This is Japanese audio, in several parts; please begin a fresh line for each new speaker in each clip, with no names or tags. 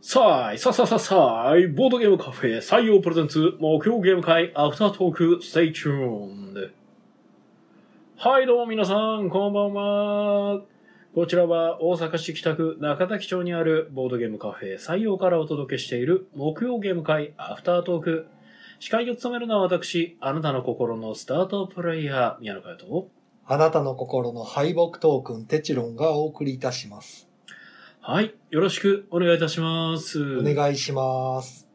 さあ、さあさあさあさあ、ボードゲームカフェ採用プレゼンツ木曜ゲーム会アフタートーク Stay tuned。はい、どうも皆さん、こんばんは。こちらは大阪市北区中崎町にあるボードゲームカフェ採用からお届けしている木曜ゲーム会アフタートーク。司会を務めるのは私、あなたの心のスタートプレイヤー、宮野佳代と。
あなたの心の敗北トークンテチロンがお送りいたします。
はい、よろしくお願いいたします。
お願いします。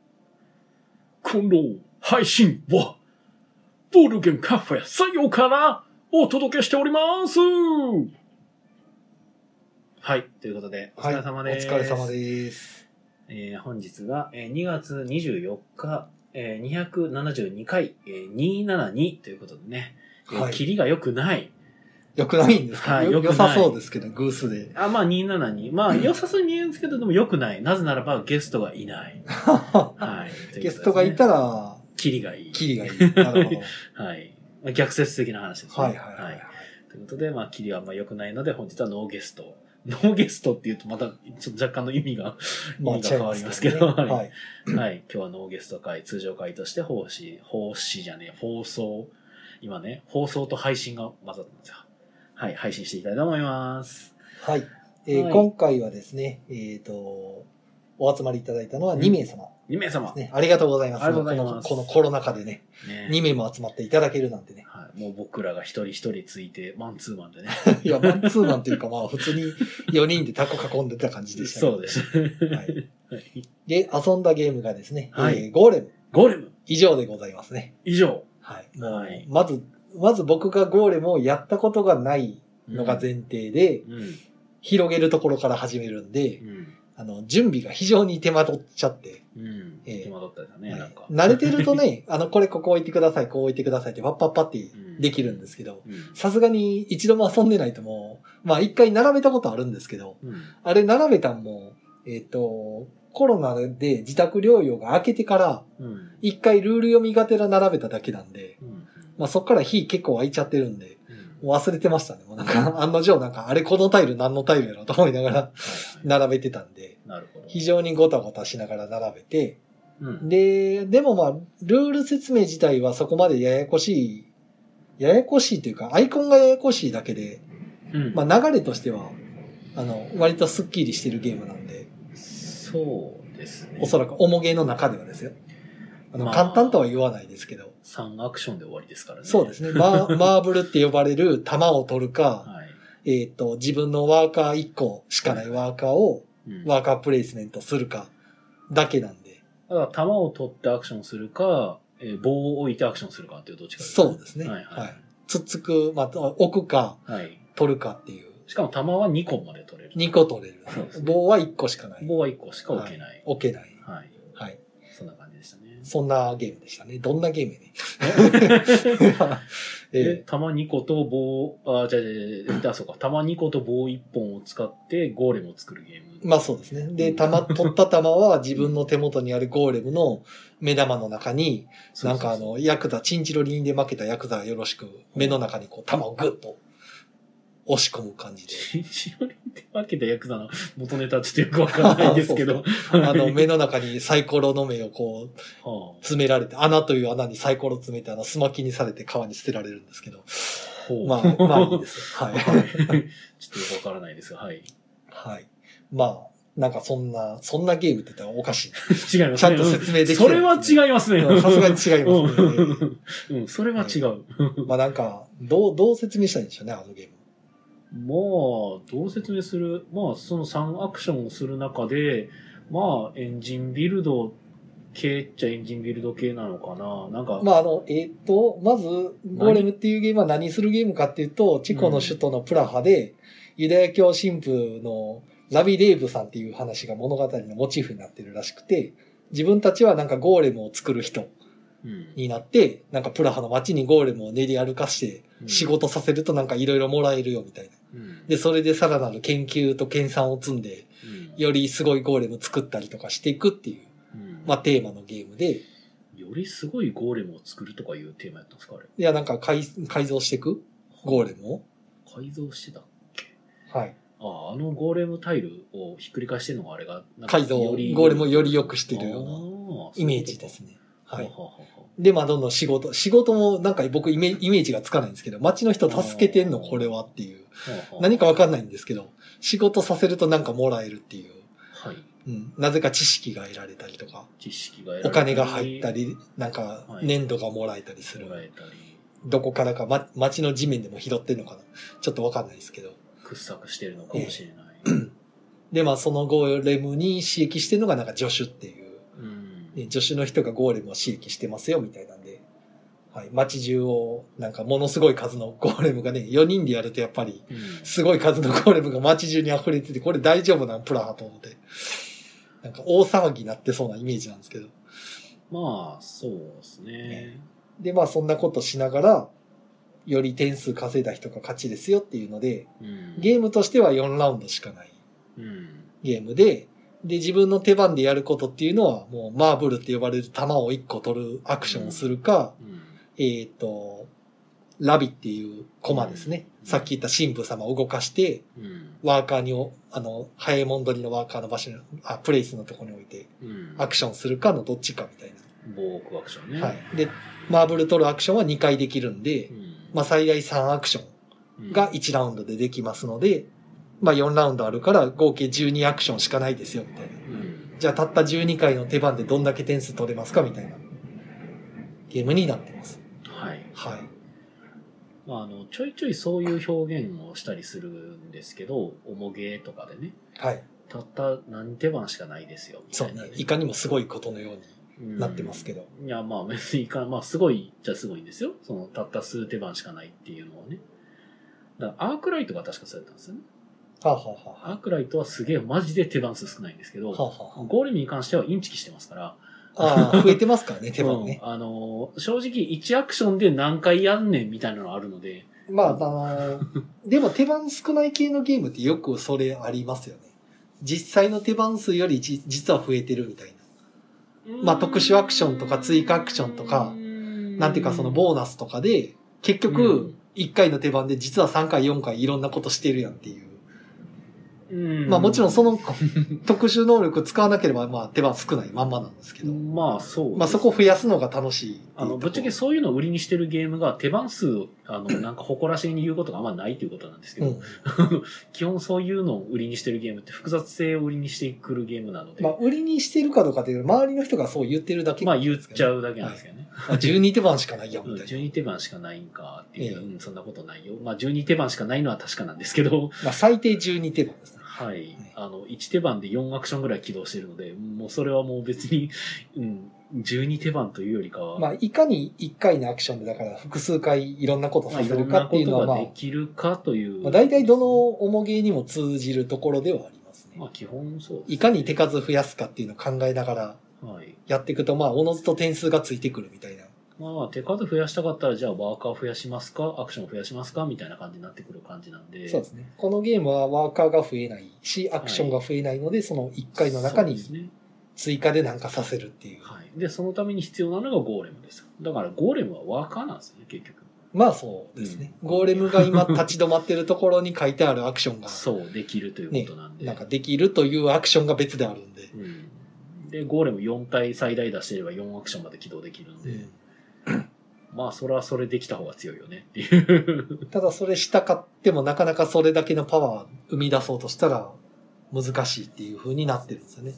今度、配信は、ボールゲームカフェ採用からお届けしておりますはい、ということで、お疲
はい。
れ様です。
お疲れ様です。
えー本日が、えー2月24日、えー272回、えー272ということでね、えー
はい
キリが良くない。
良くないんですか、
はい良
よ
くない
良さそうですけど、偶 数で。
あ、まあ272。まあ良さそうに見えるんですけど、でも良くない。なぜならばゲストがい ない。はい。ということで
ゲ
す
ス
ね
トがいたら、
キリがいい。
キリがいい。なるほど。
はい。まあ逆説的な話ですね。
はいはいはい。
ということで、まあ、キリはあんま良くないので、本日はノーゲスト。ノーゲストって言うとまた、ちょっと若干の意味 が、意味が変わりますけど、
まあ違い
は。
はいい。
はい今日はノーゲスト会、通常会として奉仕、奉仕じゃねえ、放送。今ね、放送と配信が混ざってますよ。はい、配信していきたいと思います。
はい。えー
はい
今回はですね、えっ、と、お集まりいただいたのは2名様
2名様。
ですね。ありがとうございます。
ありがとうございます
このこのコロナ禍でね、
ね
2名も集まっていただけるなんてね。
はい、もう僕らが一人一人ついて、マンツーマン でね。
いや、マンツーマンというか、まあ、普通に4人でタコ囲んでた感じでしたけど
そうです。
はい。で、遊んだゲームがですね、
はい
えーゴーレム
ゴーレム、
以上でございますね。
以上。
はい。
はい
まず、まず僕がゴーレムをやったことがないのが前提で、
うん。
広げるところから始めるんで、
うん。
あの、準備が非常に手間取っちゃって、
うん。
ええ
今だったらね、
はい
なんか。
慣れてるとね、 あの、これここ置いてください、こう置いてくださいって、パッパッパってできるんですけど、
うん。
さすがに一度も遊んでないともう、まあ一回並べたことあるんですけど、
うん。
あれ並べたんも、えっ、と、コロナで自宅療養が明けてから、
うん。
一回ルール読みがてら並べただけなんで、
うん
まあそっから火結構空いちゃってるんで、
うん
もう忘れてましたね。もうなんか、 案の定なんか、あれこのタイル何のタイルやろと思いながら
はいは
並べてたんで、
いなるほど。
非常にごたごたしながら並べて、
うん
で、でもまあ、ルール説明自体はそこまでややこしい、ややこしいというか、アイコンがややこしいだけで、
うん
まあ流れとしては、あの、割とスッキリしてるゲームなんで、
そうですね。
おそらく、重げの中ではですよ。あの、
まあ
簡単とは言わないですけど。
3アクションで終わりですからね。
そうですね。マーマーブルって呼ばれる玉を取るか、
はい。
えっ、と、自分のワーカー1個しかないワーカーを
うん
ワーカープレイスメントするかだけなんで。
だから、弾を取ってアクションするか、えー棒を置いてアクションするかっていうどっちか
そうですね。
は
はいい、
はい
つっつく、また置くか
はい。
取るかっていう。
しかも、弾は2個まで取れる。
2個取れる
そうです。ね
棒は1個しかない。
棒は1個しか置けない。
置けない。
はい。
はい。
そんな感じでしたね。
そんなゲームでしたね。どんなゲームやね。
で、
え
弾2個と棒、あ、じゃじゃじゃ、あ、そうか。弾2個と棒1本を使って、ゴーレムを作るゲーム。
ーまあそうですね。で、玉、取った玉は自分の手元にあるゴーレムの目玉の中に、
そう
なん
そう
かあ
そう、
の、ヤクザ、チンチロリンで負けたヤクザはよろしく、目の中にこう、玉をグッと押し込む感 じで。
チンチロリンってわけでヤクザの元ネタはちょっとよくわからないんです けど。
あの、目の中にサイコロの目をこう、
はあ
詰められて、穴という穴にサイコロ詰めて、あの、すまきにされて川に捨てられるんですけど。
ほう
まあ、まあいいです。は
はい
い。
ちょっとよくわからないですが、はい。違い
はい。まあ、なんかそんな、そんなゲームって言ったらおかしい。
ますね。
ちゃんと説明できて
そ
ない
れは違いますね。
さすがに違いますね。
うん。うん、それは違う。
まあなんか、どう、どう説明したらいいんでしょうね、あのゲーム。
まあ、どう説明するまあ、その3アクションをする中で、まあ、エンジンビルド系っちゃエンジンビルド系なのかななんか、
まああの、えーっと、まず、ゴーレムっていうゲームは何するゲームかっていうと、チェコの首都のプラハで、ユダヤ教神父のラビレーブさんっていう話が物語のモチーフになってるらしくて、自分たちはなんかゴーレムを作る人
うん
になって、なんかプラハの街にゴーレムを練り歩かして、仕、事させるとなんかいろいろもらえるよみたいな。
うん
で、それでさらなる研究と研鑽を積んで、
うん
よりすごいゴーレム作ったりとかしていくっていう、
うん
まあテーマのゲームで、
よりすごいゴーレムを作るとかいうテーマやったんですかあれ。
いやなんか改改造していくゴーレムを。
改造してた
はい。
ああのゴーレムタイルをひっくり返してるのがあれが、なんか
改造、ゴーレムをより良くしてるような
な
イメージですね。は
はい。
い
は。ははは
で、まあ、どんどん仕事、仕事もなんか僕イメイメージがつかないんですけど、街の人助けてんのこれはっていう。
はは
何かわかんないんですけど、仕事させるとなんかもらえるっていう。
はい。
うん。なぜか知識が得られたりとか、
知識が得られ
お金が入った
り
り、なんか
はい
粘土がもらえたりす
す
る
る。。もらえたり、
どこからか、ま、街の地面でも拾ってんのかなちょっとわかんないですけど。
掘削してるのかもしれない。
で、まあ、そのゴーレムに刺激してるのがなんか助手っていう。
うん。
ね助手の人がゴーレムを刺激してますよみたいなんで、はい、街中をなんかものすごい数のゴーレムがね4人でやるとやっぱり
うん
すごい数のゴーレムが街中に溢れててこれ大丈夫なんプラハと思ってなんか大騒ぎになってそうなイメージなんですけど
まあ、そうですね。
でまあそんなことしながらより点数稼いだ人が勝ちですよっていうのでゲームとしては4ラウンドしかない
ーム、うん。
ゲームで、で、自分の手番でやることっていうのは、もう、マーブルって呼ばれる弾を1個取るアクションをするか、
うん。
えっ、と、ラビっていうコマですね。
うん
さっき言った神父様を動かして、
うん。
ワーカーにお、あの、早いもん取りのワーカーの場所に、あ、プレイスのところに置いて、
うん。
アクションするかのどっちかみたい
ボークアクションね。
な。は。い。で、マーブル取るアクションは2回できるんで
う、ん、
まあ、最大3アクショ
うん
ンが、1ラウンドでできますので、まあ、4ラウンドあるから、合計12アクションしかないですよ、みたいな。
うん。
じゃあたった12回の手番でどんだけ点数取れますかみたいなゲームになってます。
はい。
はい。
まあ、あの、ちょいちょいそういう表現をしたりするんですけど、重げとかでね。
はい。
たった何手番しかないですよ。みた
そう
いな
ね。いかにもすごいことのようになってますけど。
うんいや、まあ別にいかん、まあすごいじゃすごいんですよ。その、たった数手番しかないっていうのをね。だからアークライトが確かそうやったんですよね。
はあ、はあは
アークライトはすげえマジで手番数少ないんですけど、
あはあ、はあは
ゴーレムに関してはインチキしてますから、
あ、ああ、増えてますからね、手番ね。
うんあのー正直1アクションで何回やんねんみたいなのあるので、
まあ、あのーでも手番少ない系のゲームってよくそれありますよね。実際の手番数よりじ実は増えてるみたいな。まあ特殊アクションとか追加アクションとかなんていうかそのボーナスとかで、結
う
局
ん
1回の手番で実は3回4回いろんなことしてるやんっていう。
うん
まあもちろんその特殊能力使わなければまあ手は少ないまんまなんですけど、
まあそうですね
まあそこを増やすのが楽しいっていう
あの、ぶっちゃけ
とこ
そういうのを売りにしてるゲームが手番数を、あの、なんか誇らしげに言うことがあんまないということなんですけど、
うん。
基本そういうのを売りにしてるゲームって複雑性を売りにしてくるゲームなので、
ま
ま
あ売りにしてるかどうかというより周りの人がそう言ってるだ
あ、
け。
言っちゃうだけなんですけどね。
あ。12手番しかないやん
うん、
みたいな。
12手番しかないんかっていう、
ええ
うん、そんなことないよ。まあ12手番しかないのは確かなんですけど、
まあ最低12手番ですね。
はい。あの、1手番で4アクションぐらい起動してるので、もうそれはもう別に、 うん、12手番というよりかは、
まあいかに1回のアクションでだから複数回いろんなこと
ま
さ
あい
せ
ろ
る
ん
か
な
って
こ
いうのは
と
まあ
が、できるかという。
まあ大体どの、重げにも通じるところではありますね
まあ。基本そうですね
いかに手数増やすかっていうのを考えながら
はい。
やっていくとまあおのずと点数がついてくるみたいな。
まあ、手数増やしたかったら、じゃあワーカー増やしますか、アクション増やしますかみたいな感じになってくる感じなんで。
そうですね。このゲームはワーカーが増えないし、アクションが増えないので、その1回の中
そうです
に
ね。
追加でなんかさせるっていう。
はい。で、そのために必要なのがゴーレムですよ。だからゴーレムはワーカーなんですよね、結局。
まあそうですね。ゴーレムが今立ち止まってるところに書いてあるアクションが、
そう、できるということなんで。
なんかできるというアクションが別であるんで。
うん。で、ゴーレム4体最大出してれば4アクションまで起動できるんで、まあ、それはそれできた方が強いよねっていう。
ただそれしたかってもなかなかそれだけのパワー生み出そうとしたら難しいっていう風になってるんですよね。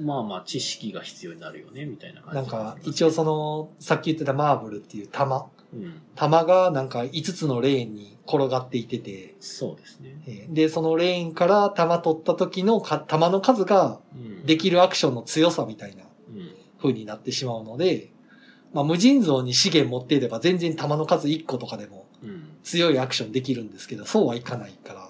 まあまあ、知識が必要になるよね、みたいな感じ
なんか一応その、さっき言ってたマーブルっていう玉。
うん。
玉がなんか5つのレーンに転がっていてて、
そうですね。
えーで、そのレーンから弾取った時のか弾の数が
うん。
できるアクションの強さみたいな
うん。
風になってしまうので、まあ、無尽蔵に資源持っていれば全然弾の数1個とかでも
うん。
強いアクションできるんですけど、そうはいかないから、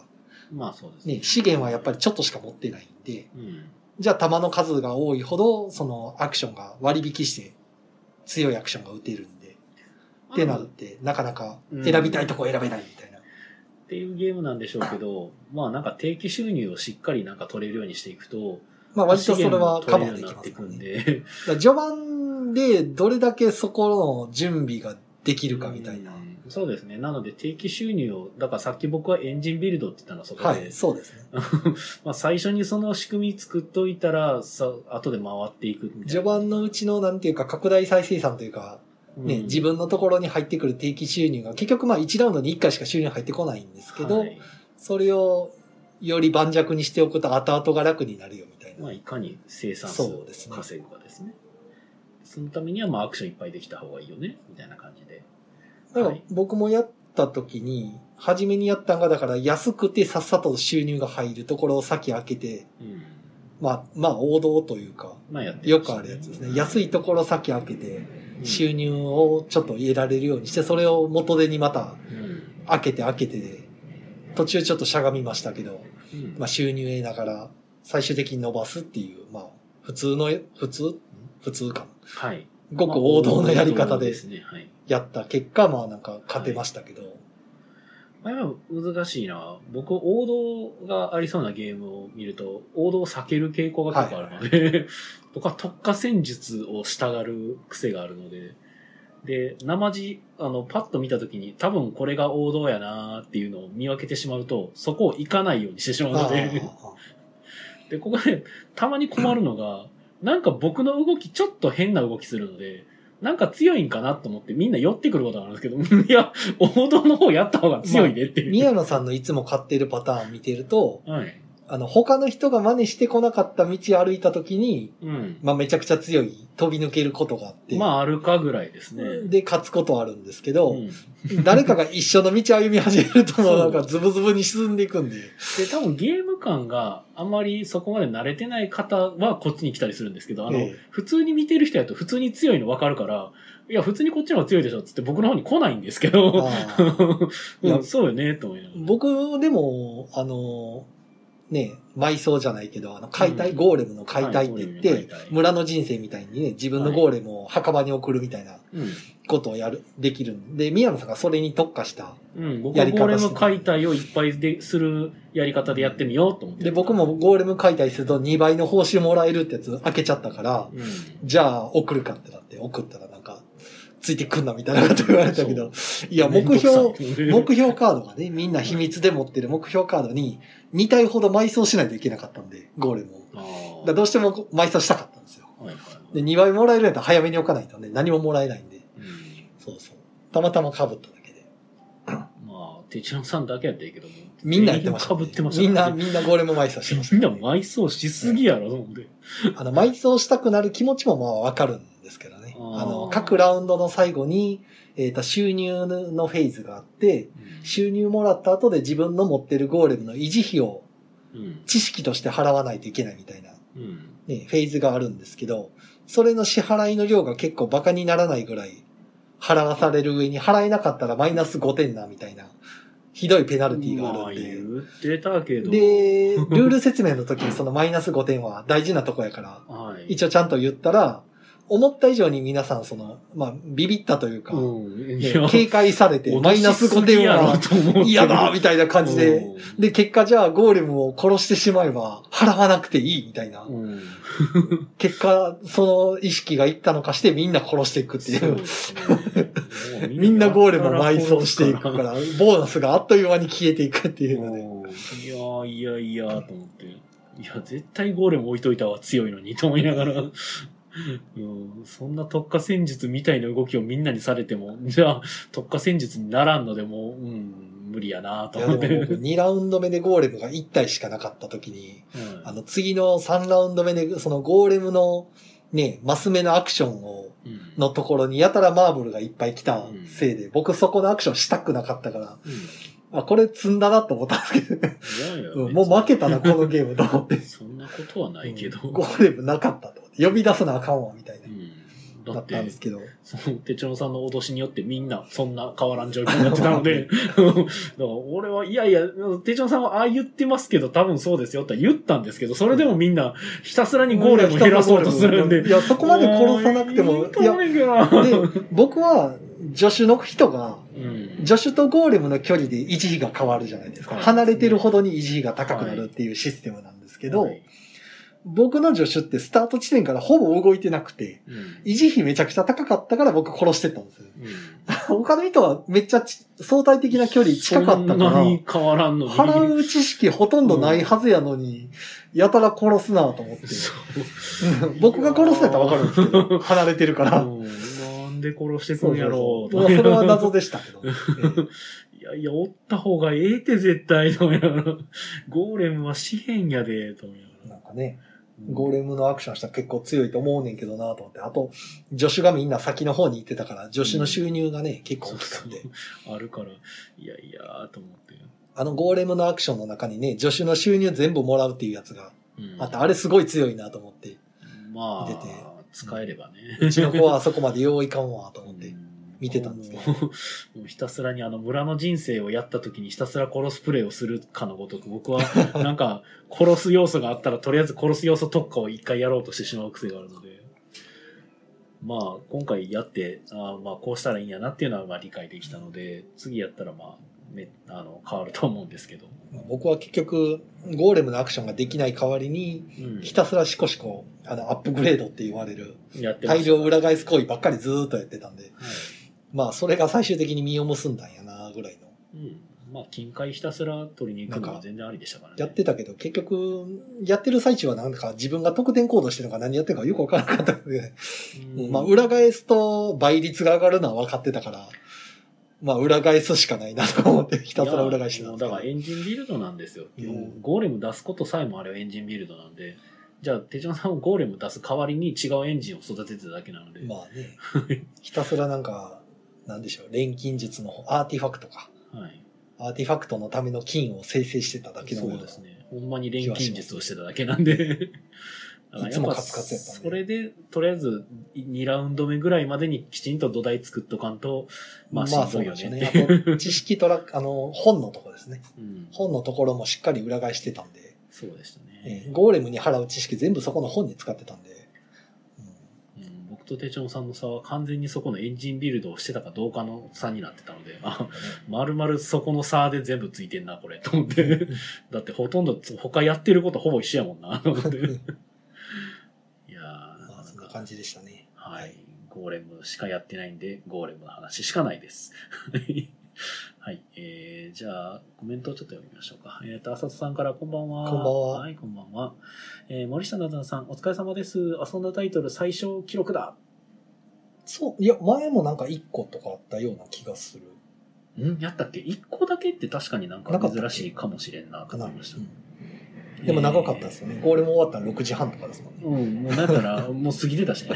まあ、そうです
ね、資源はやっぱりちょっとしか持ってないんで、
うん。
じゃあ弾の数が多いほど、そのアクションが割引して強いアクションが打てるんで、ってなるって、なかなか選びたいとこ選べないみたいな。
っていうゲームなんでしょうけど、まあなんか定期収入をしっかりなんか取れるようにしていくと、
まあ割とそれは
資源
カ
も取れ
バー
る
で
ように
き
な
ま
って
す
い
か
く
らね
ん。で、
だから序盤でどれだけそこの準備ができるかみたいな。
うんそうですね。なので定期収入を、だからさっき僕はエンジンビルドって言ったのはそこで、
はい、そうですね。
まあ最初にその仕組み作っといたら、さ、後で回っていくみたい
序盤のうちのなんていうか拡大再生産というか、
な。
ね、自分のところに入ってくる定期収入が結局まあ1ラウンドに1回しか収入入ってこないんですけど、
はい
それをより盤石にしておくと後々が楽になるよみたいな。
まあいかに生産数
そう
を
ですね
稼ぐかですね。そのためにはまあアクションいっぱいできた方がいいよね、みたいな感じで。
だか
は
ら
い
僕もやった時に、初めにやったんがだから安くてさっさと収入が入るところを先開けて、
うん。
まあまあ王道というか、
まあやって
よくあるやつですね。安いところ先開けて、収入をちょっと得られるようにして、それを元手にまた
うん。
開けて開けてで、途中ちょっとしゃがみましたけど、
うんうん
まあ、収入を得ながら最終的に伸ばすっていう、まあ、普通の、普通普通かな。
はい。
ごく王道のやり
まあ
方
王道
で
ですね。はい。
やった結果、まあなんか勝てましたけど、
まあ、今難しいな。僕、王道がありそうなゲームを見ると、王道を避ける傾向が結構あるので、 僕は特化戦術を従う癖があるので、で、生地、あの、パッと見たときに、多分これが王道やなーっていうのを見分けてしまうと、そこを行かないようにしてしまう
あ
の
あ
で、 で、ここで、たまに困るの が、なんか僕の動き、ちょっと変な動きするので、なんか強いんかなと思ってみんな寄ってくることがあるんですけど、い や、王道の方やった方が強いねっていう。
宮野さんのいつも買ってるパターン見てると、
はい。
あの、他の人が真似してこなかった道歩いた時に、
うん。
まあめちゃくちゃ強い飛び抜けることがあって、
まあ、あるかぐらいですね。
で、勝つことはあるんですけ
う
ど、
ん、で、
誰かが一緒の道歩み始めると、もうなん
そ
か
う
ズブズブに沈んでいくんで。
多分ゲーム感があまりそこまで慣れてない方はこっちに来たりするんですけど、あの、
ええ
普通に見てる人やと普通に強いの分かるから、いや、普通にこっちの方が強いでしょっつって僕の方に来ないんですけど、
ああい や
うん、そうよね、と思いながら。
僕、でも、あの、ね、埋葬じゃないけど、あの、解体、
うん
ゴーレムの解体って言って、
はいゴーレムの解体
村の人生みたいにね、自分のゴーレムを墓場に送るみたいな
うん
ことをやる、できるんで、宮野さんがそれに特化した。
うん、僕
や
は
り
ゴー
方
レ
して
ム
た
解体をいっぱいでするやり方でやってみようと思って。
で、僕も、ゴーレム解体すると2倍の報酬もらえるってやつ開けちゃったから、
うん、
じゃあ送るかってなって、送ったらなんか、ついてくんなみたいなこと言われたけど、いや、目標、 目標カードがね、みんな秘密で持ってる目標カードに2体ほど埋葬しないといけなかったんで、ゴーレムを。
あ
だ
ー
からどうしても埋葬したかったんですよ。
はいはい
で、2倍もらえるんやったら早めに置かないとね、何ももらえないんで。
うん
そうそう。たまたま被っただけで。
まあ、テチロンさんだけやったらいいけども。
みんなやってました、
全員被ってました
みん
から
な、
ね、
みんなゴーレム埋葬してました、
みんな埋葬しすぎやろ、と思って。
あの、埋葬したくなる気持ちもまあわかるんですけどね。
あー
あの、各ラウンドの最後に、えっ、と、収入のフェーズがあって、収入もらった後で自分の持ってるゴーレムの維持費を
うん。
知識として払わないといけないみたいな、
うん。
ね、フェーズがあるんですけど、それの支払いの量が結構バカにならないぐらい払わされる上に払えなかったらマイナス5点なみたいな、ひどいペナルティが
ま
あ
あ、
るんで。
言ってたけど。
で、ルール説明の時にそのマイナス5点は大事なとこやから、
はい。
一応ちゃんと言ったら、思った以上に皆さんその、まあ、ビビったというか、
うん。
ね警戒されて、マイナス5点は 嫌だみたいな感じで、で、結果じゃあゴーレムを殺してしまえば払わなくていいみたいな
う。ん。
結果、その意識がいったのかしてみんな殺していくってい
そう
う。
です ね
みんなゴーレムを埋葬していくから、ボーナスがあっという間に消えていくっていうので。
いやいやいやと思って。いや、絶対ゴーレム置いといた方が強いのにと思いながら。 うんそんな特化戦術みたいな動きをみんなにされても、じゃあ特化戦術にならんのでもう、うん、無理やなと
いや
思って。
でも僕2ラウンド目でゴーレムが1体しかなかった時に、
うん
あの次の3ラウンド目でそのゴーレムのね、マス目のアクションを、
うん
のところにやたらマーブルがいっぱい来たせいで、僕そこのアクションしたくなかったから、
うん
あ、これ積んだなと思ったんですけど、
いやいや
うんもう負けたな、このゲームと思って。
そんなことはないけど。
ゴーレムなかったと思って。呼び出すなあかんわ、みたいな。
うんだ
だ
っ
った
て
んです、けど。
その、 手帳さんの脅しによってみんなそんな変わらん状況になってたの で、だから俺は、いやいや、手帳さんはああ言ってますけど、多分そうですよって言ったんですけど、それでもみんなひたすらにゴーレムを減らそうとするんで。
いや、そこまで殺さなくても、い
い
や
や、、
で、僕は、助手の人が、
うん
助手とゴーレムの距離で維持費が変わるじゃないですか。
はい
離れてるほどに維持費が高くなるっていうシステムなんですけど、
はい
僕の助手ってスタート地点からほぼ動いてなくて、
うん。
維持費めちゃくちゃ高かったから僕殺してったんですよ。
うん
他の人はめっちゃち相対的な距離近かった
そん
から
な、に変わらん の
払う知識ほとんどないはずやのに、やたら殺すなと思って。
そう。
僕が殺すやったらわかるんですけど、離れてるから。
うんなんで殺してく
そ
ん
う
やろう
そうそうまあそれは謎でしたけ ど。え
いやいや、おった方がええって絶対と思いながら ゴーレムは紙幣やで、と思い
え
な
な
が
んかね、
ら
ゴーレムのアクションしたら結構強いと思うねんけどなと思って。あと、助手がみんな先の方に行ってたから、助手の収入がね、結構大きかったんで。
あるから、いやいやーと思って。
あのゴーレムのアクションの中にね、助手の収入全部もらうっていうやつが
うん
あって、あれすごい強いなと思って。
ま
出て
あ、使えればね。
うちの子はあそこまで用意かもわと思って。見てたんですけど
もうもうひたすらにあの村の人生をやった時にひたすら殺すプレイをするかのごとく僕 はなんか殺す要素があったらとりあえず殺す要素特化を一回やろうとしてしまう癖があるのでまあ今回やってあーまあこうしたらいいんやなっていうのはまあ理解できたので次やったらまあめあの変わると思うんですけど、
僕は結局、ゴーレムのアクションができない代わりに、
うん
ひたすらシコシコ、あの、アップグレードって言われる、
やってま
大
す、
量裏返す行為ばっかりずーっとやってたんで、
はい
まあ、それが最終的に身を結んだんやな、ぐらいの。
うん、まあ近海ひたすら取りに行くのは全然ありでしたからね
やってたけど、結局、やってる最中はなんか自分が特典行動してるのか何やってるのかよくわからなかったので、
うん
まあ、裏返すと倍率が上がるのは分かってたから、まあ、裏返すしかないなと思って、ひたすら裏返してたんで
い
すけ
やもうだから
ど
エンジンビルドなんですよ、
うん
基本ゴーレム出すことさえもあれはエンジンビルドなんでじゃあ手嶋さんもゴーレム出す代わりに違うエンジンを育ててただけなので、
まあね、ひたすらなんか、なんでしょう、錬金術のアーティファクトか。
はい、
アーティファクトのための金を生成してただけの
そ
も
う
の
ですねほんまに錬金術をしてただけなん でだからや
いつ
っ
も
ぱ
カツカツやったんで
それでとりあえず2ラウンド目ぐらいまでにきちんと土台作っとかんとまあしんどいよね,、
まあそうなんですよね。あと、知識トラック、あの、本のとこですね。
うん、
本のところもしっかり裏返してたんで、
そうでしたね、
えーゴーレムに払う知識全部そこの本に使ってたんで、
うん僕と手帳さんの差は完全にそこのエンジンビルドをしてたかどうかの差になってたので、あ、まるまるそこの差で全部ついてんな、これ、と思 って。だってほとんど他やってることほぼ一緒やもんな、と思って。
うん
いやー、
ま
な
あ、
ん
そんな
か、
感じでしたね。
はい。ゴーレムしかやってないんで、ゴーレムの話しかないです。 はい。えー、じゃあ、コメントをちょっと読みましょうか。えっ、と、浅田さんからこんばんは。
こんばんは
はい、こんばんは。えー、森下なずなさん、お疲れ様です。遊んだタイトル最小記録だ。
そう、いや、前もなんか1個とかあったような気がする
んやったっけ一個だけって確かになんか珍しいかもしれんな
か
と
な。
思いました。
うんでも長かったですよね。ゴーレム終わったら6時半とかですもんね。
えー。うん、もうなんなら、もう過ぎてた しね。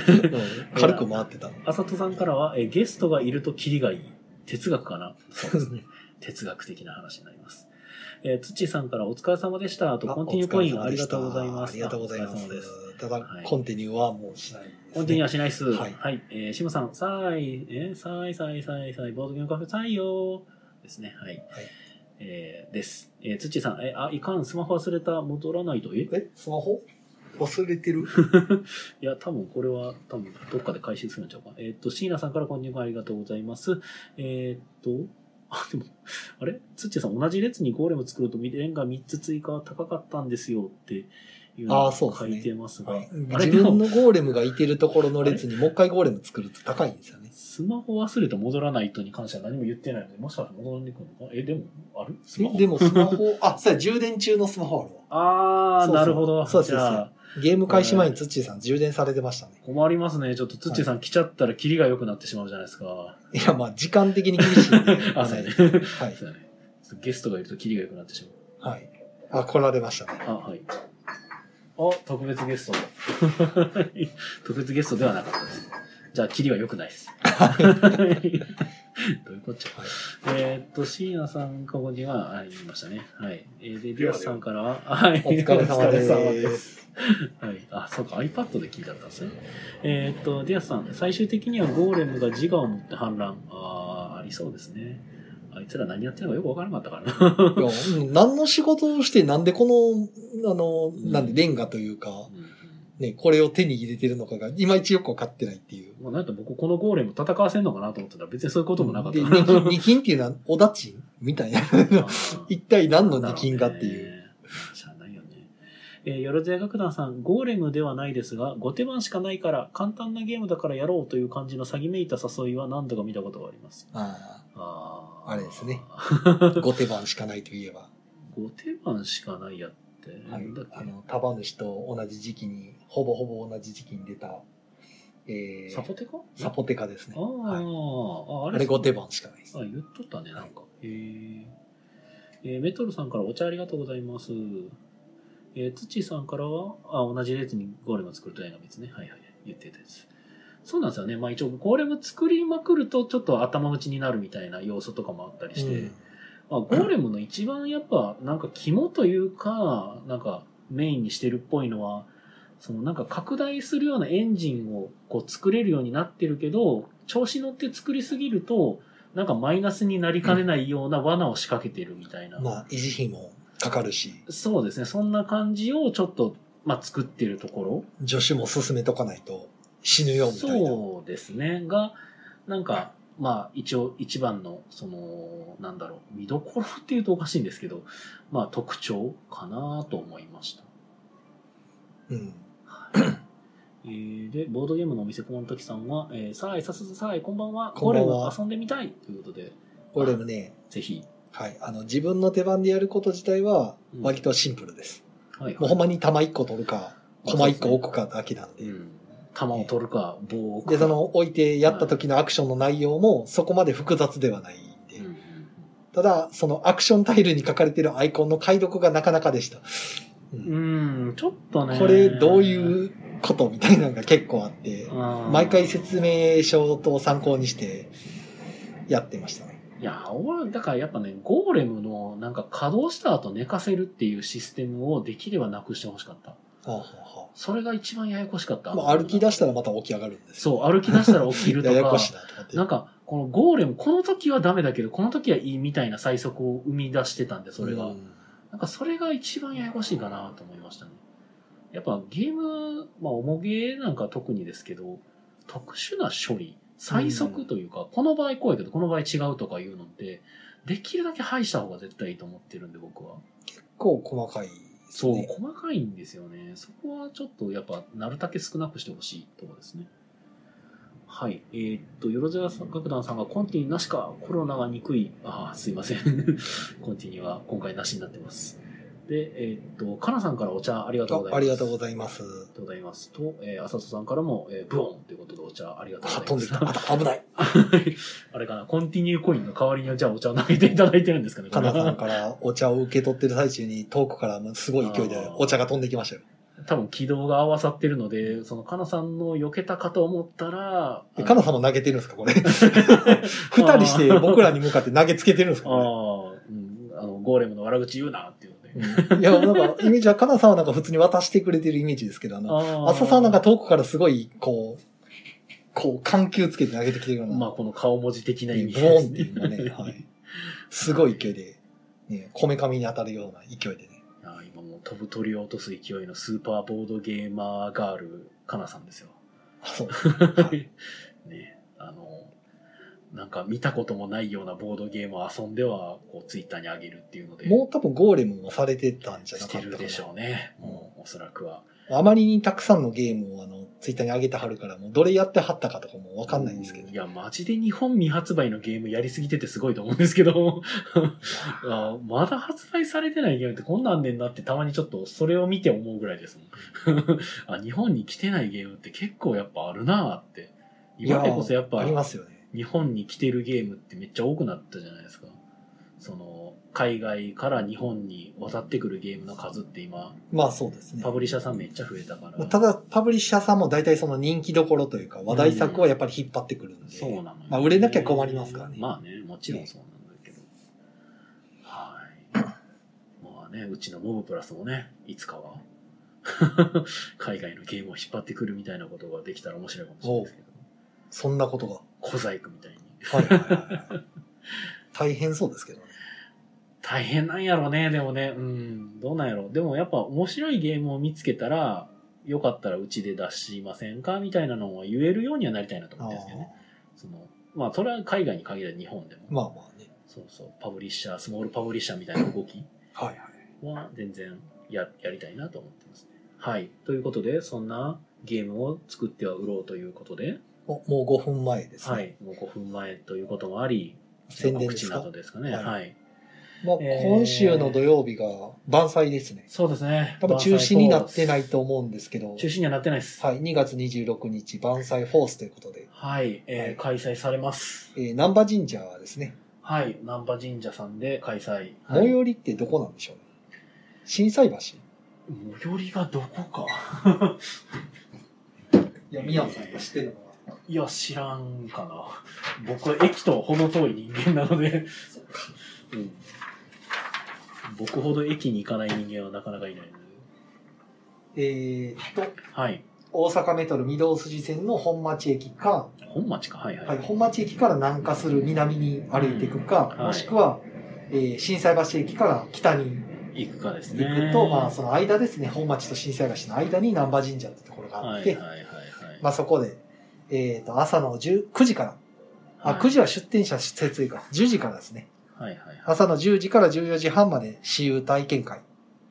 軽く回ってた。
あさとさんからは、えーゲストがいるとキリがいい。哲学かなそうです ね。哲学的な話になります。えー、土さんからお疲れ様でしたと、
あ
コンティニューコインあ
お疲
り
れ様で
が
した
とうございます。
ありがとうございま。
あお疲れ様です
ただ
はい、
コンティニューはもうしないですね。
コンティニューはしないっす。は
はいい。
えー、シムさん、さい、えー、さいさいさいさい、ボードゲームカフェさいよーですね。はい。えー、です。えー、土さん、えー、あ、いかん、スマホ忘れた、戻らないと、え
え、スマホ忘れてる
いや、多分これは、多分どっかで回収するんちゃうか。えーっ、と、椎名さんからこんにちはありがとうございます。えーっ、と、あ、でも、あれつっちーさん、同じ列にゴーレム作ると、レンガ3つ追加は高かったんですよっていうの
あ
を
ーそうです
書
ね
いてますが、あれ
自
で
分
も、
のゴーレムがいてるところの列にもう一回ゴーレム作ると高いんですよね。
スマホ忘れて戻らないとに関しては何も言ってないので、もしかして戻ってくるのかえ、でも、あるスマホ
でもスマ ホ、あ、そうや、充電中のスマホあるわ。
あー、
そうそう
なるほど。
そうです
じゃあ、
ゲーム開始前にツッチーさん充電されてましたね。
困りますね。ちょっとつっちーさん来ちゃったらキリが良くなってしまうじゃないですか。。
いや、まあ、時間的に厳しい んで
あ、そうやね。
はい。
そうやね。ゲストがいるとキリが良くなってしまう。
はい。あ、来られましたね。
あ、はい。あ、特別ゲスト。 特別ゲストではなかったです。じゃあ、キリは良くないです。 どういうこっちゃ。
はい
えーっと、椎名さん、ここには、あ、言いましたね。はい。えー、で、
で
リ
は
アスさんからは、はい。
お疲れ様で
お疲れ様
す。
はい。あ、そうか、iPad で聞いたんですね。えーっと、ディアスさん、最終的にはゴーレムが自我を持って反乱。あー、ありそうですね。あいつら何やってるのかよくわからなかったからな。
いやうん何の仕事をして、なんでこの、あの、なんでレンガというか、ね、これを手に入れてるのかが、いまいちよくわかってないっていう。
まあ、なんか僕このゴーレム戦わせんのかなと思ってたら別にそういうこともなかった
で、
な。
二金二金っていうのは、おだちみたいな。
あー
一体何の二金がっていう。
なるほどね。しゃあないよね。えー、よろずや楽団さん、ゴーレムではないですが、5手番しかないから、簡単なゲームだからやろうという感じの詐欺めいた誘いは何度か見たことがあります。
あ
あー
あれで すね。あ、後手番しかないといえば。
5手番しかないやって。
はい
なんだっけ、
あの、束主と同じ時期に、ほぼほぼ同じ時期に出た、えー、
サポテカ
サポテカですね。
あー、
はい
あ
あれ後手番しかないです。
あ、言っとったね、なんか。へええーメトロさんからお茶ありがとうございます。えー、土さんからは、あ、同じ列にゴーレムを作るとダイナミッツね。はいはいはい。言ってたやつ。そうなんですよね。まあ一応、ゴーレム作りまくると、ちょっと頭打ちになるみたいな要素とかもあったりして、
うん
まあ、ゴーレムの一番やっぱ、なんか肝というか、なんかメインにしてるっぽいのは、そのなんか拡大するようなエンジンをこう作れるようになってるけど、調子乗って作りすぎると、なんかマイナスになりかねないような罠を仕掛けてるみたいな。
まあ、維持費もかかるし、
そうですね。そんな感じをちょっと、まあ、作ってるところ。
助手も進めとかないと死ぬよみたいな。
そうですね。が、なんか、まあ、一応、一番の、その、なんだろう、見どころっていうとおかしいんですけど、まあ、特徴かなと思いました。
うん。
えーで、ボードゲームのお店、この時さんは、えーさあい、さすさあい、こんばんは、
こ
こ
んば
れ
んは
を遊んでみたいということで、
これもね、
ぜひ、
はい、あの、自分の手番でやること自体は
うん
割とシンプルです。
はい、
もうほんまに玉1個取るか、
まあ
駒1個置くかだけなんで。
うん、弾を取るか、棒を置くか。
で、その置いてやった時のアクションの内容もそこまで複雑ではないん
うん、う
で。
ん
ただ、そのアクションタイルに書かれてるアイコンの解読がなかなかでした。うん
うん、うん、ちょっとね。
これどう
う
い
ん、
うことみたいなのが結構あって、毎回説明書と参考にしてやってましたね。
いや、俺はだからやっぱね、ゴーレムのなんか稼働した後寝かせるっていうシステムをできればなくしてほしかった。
はあは
それが一番ややこしかっ
あ
た。
まあ、歩き出したらまた起き上がるんですよ
そう、歩き出したら起きると
や
か。
やこしいなと思って。
なんか、このゴーレム、この時はダメだけど、この時はいいみたいな最速を生み出してたんで、それが。
うん
なんかそれが一番ややこしいかなと思いましたね。やっぱゲーム、まあ、重げなんか特にですけど、特殊な処理、最速というか、この場合こうやけど、この場合違うとかいうのって、できるだけ排した方が絶対いいと思ってるんで、僕は。
結構細かいです
そう、
ね。
細かいんですよね。そこはちょっとやっぱ、なるだけ少なくしてほしいところですね。はい。えーっと、よろずや楽団さんがコンティニーなしか、コロナが憎い。ああ、すいません。 コンティニーは今回なしになってます。で、えーっと、かなさんからお茶ありがとうございます。
あありがとうご
あ
ざいます。
りがとうございます。と、えー、浅田さんからも、えー、ブオンということでお茶ありがとう
あ、
ござ
飛
い
ん
ま。
ですきた。あ危ない。
あれかな、コンティニューコインの代わりにじゃあお茶を投げていただいてるんですかね。
かなさんからお茶を受け取ってる最中に遠くからすごい勢いでお茶が飛んできましたよ。
多分軌道が合わさってるので、そのカナさんの避けたかと思ったら、
でかなさんも投げてるんですかこ れ。二人して僕らに向かって投げつけてるんです
あ
か
の
こ
あー、うん、あの、ゴーレムの悪口言うなっていうので。
れ。うんいや、なんか、イメージは、かなさんはなんか普通に渡してくれてるイメージですけど、あの、
あー
浅さんなんか、遠くからすごい、こう、こう、緩急つけて投げてきてるような。
まあ、この顔文字的な意味
ボーンっていうのがね、はい。すごい勢いで、ね、こめかみに当たるような勢いでね。
あー今もう飛ぶ鳥を落とす勢いのスーパーボードゲーマーガール、カナさんですよ。
あ そう。はい
ね、あの、なんか見たこともないようなボードゲームを遊んでは、こう、ツイッターに上げるっていうので、
もう多分ゴーレムもされてたんじゃな
して
かった
る
か
でしょうね。もう、おそらくは。
な。あまりにたくさんのゲームをあの、ツイッターに上げてはるから、もうどれやってはったかとかもわかんないんですけど
う。いや、マジで日本未発売のゲームやりすぎててすごいと思うんですけど、 あまだ発売されてないゲームってこんなんねんなってたまにちょっとそれを見て思うぐらいですもん。 あ日本に来てないゲームって結構やっぱあるなーって。今でこそやっ
あ
ぱ
りますよね。
日本に来てるゲームってめっちゃ多くなったじゃないですか。その、海外から日本に渡ってくるゲームの数って今、
まあそうですね
パ。ブリッシャーさんめっちゃ増えたから。
ただ、パブリッシャーさんも大体その人気どころというか、話題作をやっぱり引っ張ってくるんで。
そうなのよ、
まあ売れなきゃ困りますからね
まあね、もちろんそうなんだけど。はい。まあね、うちのモブプラスもね、いつかは、 海外のゲームを引っ張ってくるみたいなことができたら面白いかもしれないですけど、
そんなこと が。
小細工みたいに。
はいはいはいはい。大変そうですけどね。
大変なんやろうね、でもね。うん、どうなんやろう。でもやっぱ面白いゲームを見つけたら、よかったらうちで出しませんかみたいなのを言えるようにはなりたいなと思ってるんですけどね。その、まあ、それは海外に限らず日本でも。
まあまあね。
そうそう、パブリッシャー、スモールパブリッシャーみたいな動き
はいはい。
は全然や、やりたいなと思ってますね。はい。ということで、そんなゲームを作っては売ろうということで、
おもう5分前ですね。
はい。もう5分前ということもあり、
宣伝です
告知な
か
ど。ですかね。は。
はいいまあ、
えー
今週の土曜日が万祭ですね。
そうですね。
多分中止になってないと思うんですけど、
中止にはなってないです。
はい、2月26日万祭フォースということで、
はい。えー開催されます。
えー、南波神社はですね、
はい。難波神社さんで開催。はい
最寄りってどこなんでしょうね。震災橋
最寄りがどこか。
いや、宮野さんが知ってるのかない
や、知らんかな。僕は駅とほど遠い人間なので、
そう
うん。僕ほど駅に行かない人間はなかなかいないので。
えーっと、
はい。
大阪メトロ御堂筋線の本町駅か、
本町か。はいはい。
はい、本町駅から南下する南に歩いていくか、
うん
もしくは、えー、震災橋駅から北に
行くかですね。
行くと、まあ、その間ですね、本町と震災橋の間に難波神社ってところがあ
は
っ
い
て、
はいはいはい。
まあ、そこで、えっ、と、朝の10 9時から、あ、
はい
9時は出店者設営か、10時からですね。
はいはいはい。
朝の10時から14時半まで私有体験会。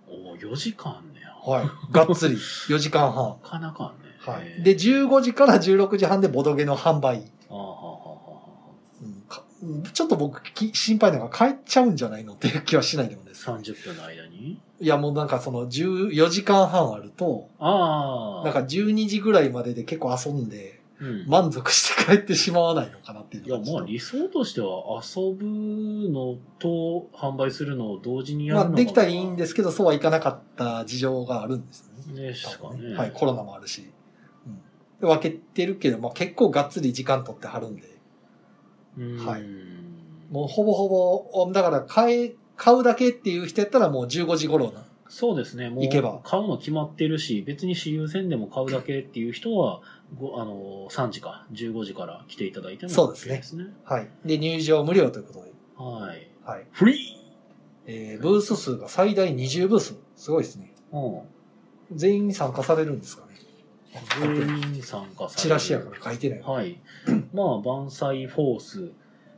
お4時間ね。
はい。がっつり、4時間半。
なかなかね。
は
え
い。
ー
で、、15時から16時半でボドゲの販売。
あーはーは
うんかうんちょっと僕き心配なのが帰っちゃうんじゃないのっていう気はしないでもです
ーはーはー。30分の間に
いやもうなんかその14時間半あると、
ああ。
なんか、12時ぐらいまでで結構遊んで
うん。
満足して帰ってしまわないのかなっていう
い
の
や、
がちょ
ま
っ
あ
と
理想としては遊ぶのと販売するのを同時にやる
ま
の
あ
が、
できたらいいんですけど、そうはいかなかった事情があるんですよね。
ですかね。
はい、コロナもあるし。うんで分けてるけど、まあ、結構がっつり時間取ってはるんで、
うん
はいもうほぼほぼ、だから買え、買うだけっていう人やったらもう15時頃な。
そうですね。もう
行けば
買うの決まってるし、別に私有線でも買うだけっていう人は、ごあの、3時か、15時から来ていただいても
そうですね
OK ですね。
はい。で、入場無料ということで。
はい。
はい。
フリ
えー、ブース数が最大20ブース。すごいですね。
ーうん。
全員参加されるんですかね。
全員参加される
チラシやから書いてない。
はい。まあ、万歳フォース、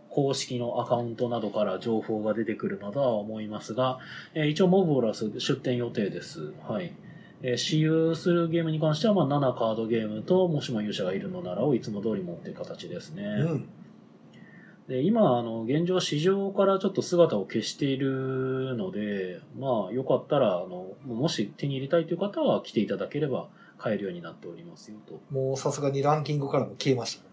公式のアカウントなどから情報が出てくるのだとは思いますが、えー一応、モブラス出店予定です。はい。えー私有するゲームに関しては、まあ、7カードゲームと、もしも勇者がいるのならをいつも通り持ってる形ですね。
うん。
で今、あの、現状、市場からちょっと姿を消しているので、まあ、よかったら、あの、もし手に入れたいという方は来ていただければ買えるようになっておりますよと。
もうさすがにランキングからも消えましたね、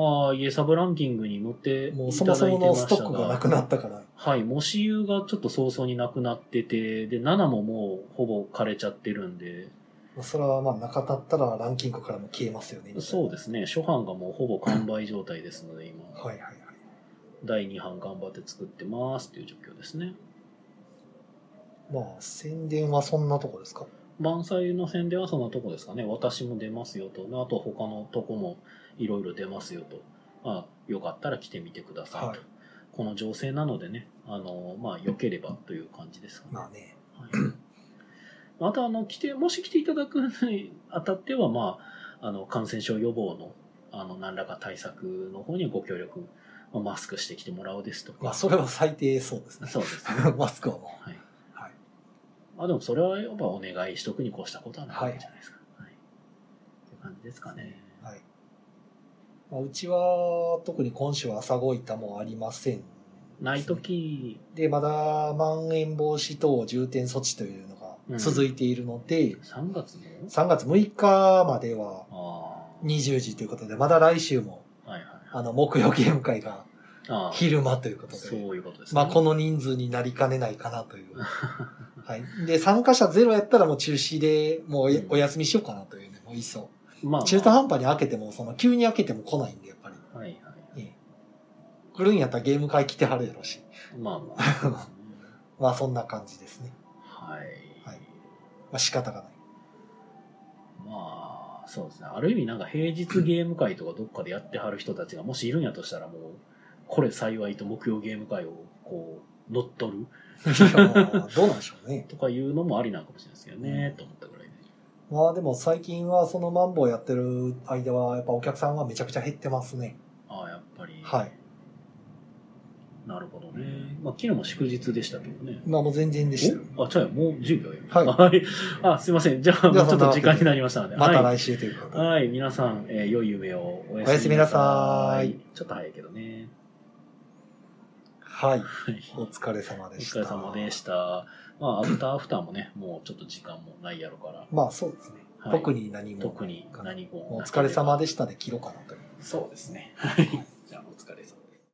ああ、イエサブランキングに乗っていただいて
も
ま
う
した
そ
が
もそものストックがなくなったから。
はい、もし湯がちょっと早々になくなってて、で、7ももうほぼ枯れちゃってるんで、
それはまあ中だったらランキングからも消えますよね。。
そうですすね、初版がもうほぼ完売状態ですので、今、
はいはいはい。
第2版頑張って作ってますっていう状況ですね。
まあ宣伝はそんなとこですか。
万歳の宣伝はそんなとこですかね。私も出ますよと。あと他のとこもいろいろ出ますよと。まあ、よかったら来てみてくださいと。
はい
この情勢なのでね、あの、まあ、良ければという感じですかね。
まあね。
はい、またあの来てもし来ていただくにあたっては、まあ、あの感染症予防のあの何らか対策の方にご協力、まあ、マスクしてきてもらうですとか、
まあそれは最低そうですね。
そうですね、
マスクはも
はい
はい
まあ、でもそれはやっぱお願いしとくに越したことはないんじゃないですか。はいという感じですかね。
う。はい。まあ、うちは特に今週は朝ごいたもありません。
ない時
で、まだまん延防止等重点措置というのが続いているので、
3月の
3月6日までは
あ
20時ということで、まだ来週も
あ、はいはい。
あの木曜ゲーム会が
ああ、
昼間ということで。
そういうことですね。
まあ、この人数になりかねないかな という。はい。で、参加者ゼロやったらもう中止で、もうおや
うん
お休みしようかなというね、もういっそ。
まあ
中途半端に開けても、その、急に開けても来ないんで、やっぱり。
はいはい。
来るんやったらゲーム会来てはるやろし。
まあまあ。
まあ、そんな感じですね。
はい。
はいまあ、仕 方がない。
まあ、そうですね。ある意味なんか平日ゲーム会とかどっかでやってはる人たちがもしいるんやとしたらもう、これ幸いと木曜ゲーム会をこう、乗っ取る
いやまあどうなんでしょうね。
とかいうのもありなのかもしれないですけどね、
うん
と思ったぐらいで。
まあ、でも最近は、そのマンボウやってる間は、やっぱお客さんはめちゃくちゃ減ってますね。
ああ、やっぱり。
はい。
なるほどね。まあ、昨日も祝日でしたけどね。
まあもう全然でした。
おあ、ちゃうやもう10秒
はい
今はい。あ、すいません。じゃあ、
じ
も
ゃあ
うちょっと時間
そんなわけで
になりましたので。
また
はい。
来週ということで。
はい。皆さん、えー良い夢をおや
おやすみなさい。
ちょっと早いけどね。
はい。
はい
お疲れ様
お
でし
疲
た。
れ様でした。まあ、アフターアフターもね、もうちょっと時間もないやろから。
まあそうですね。
はい
特に何も。
特に何も。
お疲れ様でしたで切ろうかなと。
そうですね。はい。じゃあ、お疲れ様。